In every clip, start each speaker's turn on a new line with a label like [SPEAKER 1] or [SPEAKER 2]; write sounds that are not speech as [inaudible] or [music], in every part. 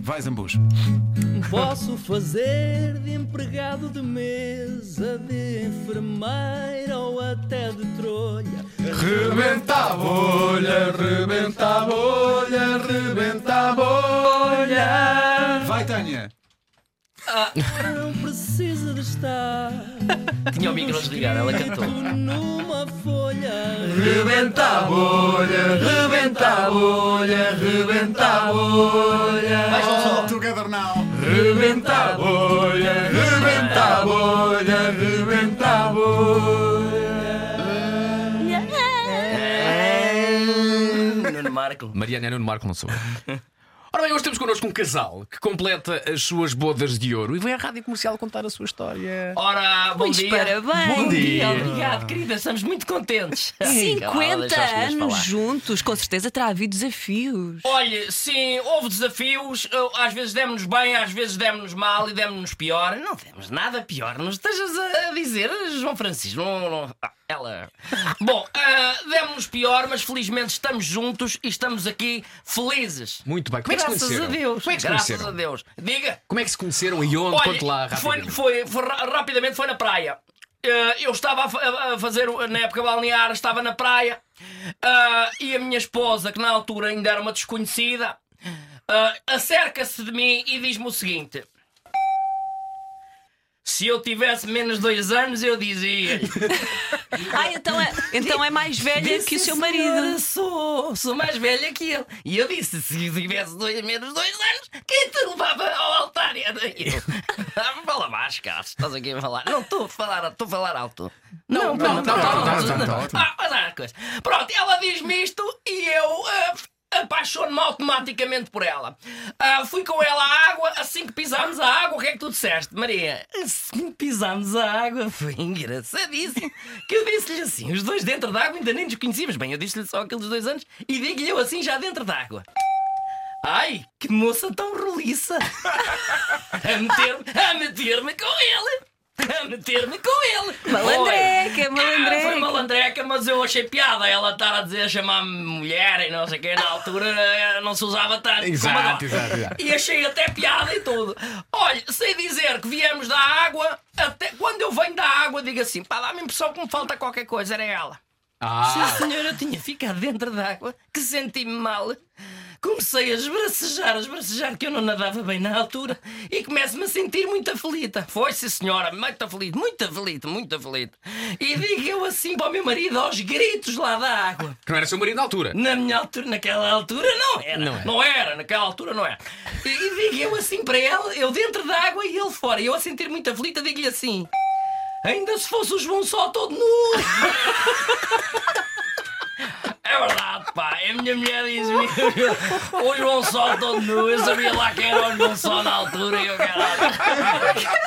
[SPEAKER 1] Vai, Zambus.
[SPEAKER 2] Posso fazer de empregado de mesa, de enfermeira ou até de trolha.
[SPEAKER 3] Rebenta a bolha, rebenta a bolha, rebenta a bolha.
[SPEAKER 1] Vai, Tânia.
[SPEAKER 2] Não precisa de estar
[SPEAKER 4] [laughs] Tinha o micro desligado, ela cantou.
[SPEAKER 2] numa folha.
[SPEAKER 3] Rebenta a bolha, rebenta a bolha, rebenta a bolha.
[SPEAKER 4] Mais um só.
[SPEAKER 1] Together now.
[SPEAKER 3] Rebenta a bolha, rebenta a bolha, rebenta a bolha.
[SPEAKER 4] Nuno Marco.
[SPEAKER 5] Mariana Nuno Marco não sou. eu. [laughs] Ora bem, hoje temos connosco um casal que completa as suas bodas de ouro e vem à rádio comercial contar a sua história.
[SPEAKER 4] Ora, bom
[SPEAKER 6] Muitos
[SPEAKER 4] dia.
[SPEAKER 6] parabéns.
[SPEAKER 4] Bom dia.
[SPEAKER 6] Obrigada.
[SPEAKER 4] Obrigado, querida. Estamos muito contentes. Ela
[SPEAKER 6] 50
[SPEAKER 4] deixou-se mesmo
[SPEAKER 6] anos
[SPEAKER 4] falar.
[SPEAKER 6] juntos, com certeza terá havido desafios.
[SPEAKER 4] Olha, sim, houve desafios, às vezes demos-nos bem, às vezes demos-nos mal e demos-nos pior. Não demos nada pior, não estejas a dizer, João Francisco. Não, não- ah, ela. Bom, ah, demos-nos pior, mas felizmente estamos juntos e estamos aqui felizes.
[SPEAKER 5] Muito bem. Como é que se
[SPEAKER 4] Graças a
[SPEAKER 5] conheceram?
[SPEAKER 4] Deus.
[SPEAKER 5] Como é que se
[SPEAKER 4] Graças
[SPEAKER 5] conheceram?
[SPEAKER 4] a Deus. Diga.
[SPEAKER 5] Como é que se conheceram e onde?
[SPEAKER 4] Olha,
[SPEAKER 5] Conte lá
[SPEAKER 4] foi,
[SPEAKER 5] rapidamente.
[SPEAKER 4] foi, foi ra- rapidamente foi na praia. Eh, eu estava a, fa- a- a fazer, o- na época balnear, estava na praia ah, e a minha esposa, que na altura ainda era uma desconhecida, ah, acerca-se de mim e diz-me o seguinte: Se eu tivesse menos dois anos, eu dizia.
[SPEAKER 6] Ah, então é, então é mais velha que o seu marido.
[SPEAKER 4] Sou, sou mais velha que ele. E eu disse: se tivesse dois, menos dois anos, quem te levava ao altar era eu. Fala mais, Carlos, estás aqui a falar. Não estou a falar, estou a falar alto. Não, não, não, Ah, mas há coisa. Pronto, ela diz-me isto e eu. ah, Apaixono-me automaticamente por ela. Ah, fui com ela à água, assim que pisámos a água, o que é que tu disseste, Maria? Assim que pisámos a água, [laughs] foi engraçadíssimo. Que eu disse-lhe assim: os dois dentro da água ainda nem nos conhecíamos. Bem, eu disse-lhe só aqueles dois anos e digo-lhe eu assim já dentro da água. Ai, que moça tão roliça! A meter-me, a meter-me com ele! A meter-me com ele!
[SPEAKER 6] Malandreca,
[SPEAKER 4] Foi.
[SPEAKER 6] malandreca.
[SPEAKER 4] Ah, foi malandreca, mas eu achei piada ela estar a dizer chamar-me mulher e não sei o quê. Na altura eh, não se usava tanto. como
[SPEAKER 5] Exato,
[SPEAKER 4] agora.
[SPEAKER 5] exato, exato.
[SPEAKER 4] E achei até piada e tudo. Olha, sei dizer que viemos da água, até quando eu venho da água, digo assim: pá, dá-me a impressão que me falta qualquer coisa. Era ela.
[SPEAKER 5] Ah,
[SPEAKER 4] [laughs] Sim, senhor, eu tinha ficado dentro d'água, que senti-me mal. Comecei a esbracejar, a esbracejar, que eu não nadava bem na altura, e começo-me a sentir muito aflita. Foi, sim, senhora, muito aflito, muito aflito, muito aflito. E digo eu assim para o meu marido, aos gritos lá da água.
[SPEAKER 5] que não era seu marido na altura.
[SPEAKER 4] Na minha altura, naquela altura não era.
[SPEAKER 5] Não era.
[SPEAKER 4] naquela altura não era. E, e digo eu assim para ele, eu dentro da água e ele fora. E eu a sentir muito aflita, digo-lhe assim: ainda se fosse o João só todo nu. [laughs] É verdade, pá. A minha mulher diz-me o João Sol todo nu. Eu sabia lá quem era o João Sol na altura e eu caralho.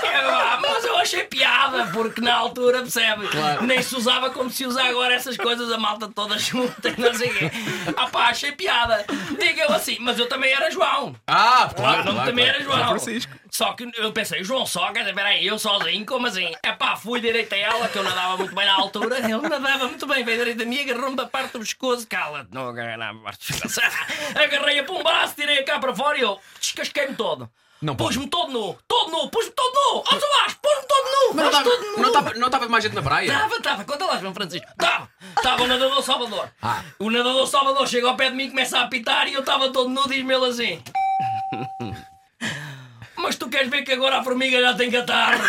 [SPEAKER 4] É, pá, [laughs] Mas eu achei piada, porque na altura, percebe? Nem se usava como se usa agora essas coisas, a malta toda junta e não sei o quê. Ah, pá, achei piada. Diga eu assim, mas eu também era João.
[SPEAKER 5] Ah,
[SPEAKER 4] O
[SPEAKER 5] claro,
[SPEAKER 4] meu nome
[SPEAKER 5] claro,
[SPEAKER 4] também
[SPEAKER 5] claro.
[SPEAKER 4] era João.
[SPEAKER 5] Francisco.
[SPEAKER 4] Só que eu pensei, João só, quer dizer, peraí, eu sozinho, como assim? É pá, fui direito a ela, que eu nadava muito bem na altura, ele nadava muito bem, veio direito a mim, agarrou-me da parte do pescoço, cala-te, não agarrei na parte do pescoço. [laughs] Agarrei-a para um braço, tirei-a cá para fora e eu descasquei-me todo.
[SPEAKER 5] Não pode.
[SPEAKER 4] Pus-me todo nu, todo nu, pus-me todo nu, ó Tomás, pus-me todo nu,
[SPEAKER 5] Mas
[SPEAKER 4] mas
[SPEAKER 5] não estava-
[SPEAKER 4] todo nu.
[SPEAKER 5] não estava- não estava mais gente na praia?
[SPEAKER 4] Estava, estava, conta lá, João Francisco. Estava, estava o nadador Salvador.
[SPEAKER 5] Ah.
[SPEAKER 4] O nadador Salvador chega ao pé de mim e começa a apitar e eu estava todo nu, diz-me ele [laughs] assim. Mas tu queres ver que agora a formiga já tem catarro?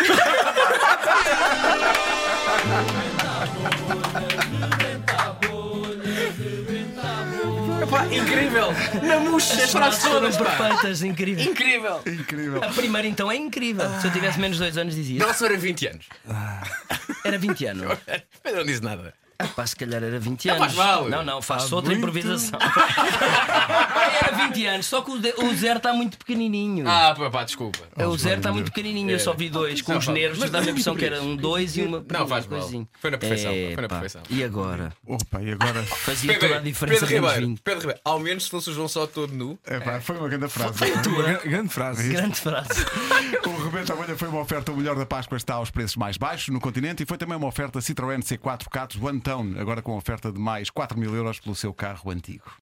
[SPEAKER 5] Epá, incrível! Na mocha, as frases todas, pá.
[SPEAKER 4] perfeitas, incrível.
[SPEAKER 5] Incrível!
[SPEAKER 1] Incrível.
[SPEAKER 4] A primeira então é incrível. Se eu tivesse menos dois é anos dizia.
[SPEAKER 5] Ela só era 20 anos.
[SPEAKER 4] Era 20 anos.
[SPEAKER 5] [laughs] Mas não diz nada.
[SPEAKER 4] Ah, pá, se calhar era 20
[SPEAKER 5] Não
[SPEAKER 4] anos.
[SPEAKER 5] faz mal.
[SPEAKER 4] Não, Tá não, faço outra improvisação. [laughs] era 20 anos, só que o de- o zero está muito pequenininho.
[SPEAKER 5] Ah, pá, pá, desculpa.
[SPEAKER 4] É, o zero está muito pequenininho, eu só vi dois com os
[SPEAKER 5] faz mal.
[SPEAKER 4] nervos,
[SPEAKER 5] Mas
[SPEAKER 4] dá-me a
[SPEAKER 5] não
[SPEAKER 4] impressão que
[SPEAKER 5] por
[SPEAKER 4] era um dois e uma
[SPEAKER 5] Não, faz
[SPEAKER 4] uma
[SPEAKER 5] mal.
[SPEAKER 4] coisinha.
[SPEAKER 5] Foi na perfeição, foi na
[SPEAKER 4] Epá,
[SPEAKER 5] perfeição.
[SPEAKER 4] E agora?
[SPEAKER 1] Opa, e agora?
[SPEAKER 4] Fazia toda a
[SPEAKER 5] Pedro,
[SPEAKER 4] diferença
[SPEAKER 5] Pedro
[SPEAKER 4] menos
[SPEAKER 5] Ribeiro,
[SPEAKER 4] 20.
[SPEAKER 5] Pedro Ribeiro, ao menos se fosse o João só todo nu.
[SPEAKER 1] Epá, foi uma grande frase.
[SPEAKER 4] tua.
[SPEAKER 1] Gran- grande frase.
[SPEAKER 4] Grande frase.
[SPEAKER 1] O Rebenta a Bolha foi uma oferta. O melhor da Páscoa está aos preços mais baixos no continente e foi também uma oferta Citroën C4 Catos One Town, agora com oferta de mais 4 mil euros pelo seu carro antigo.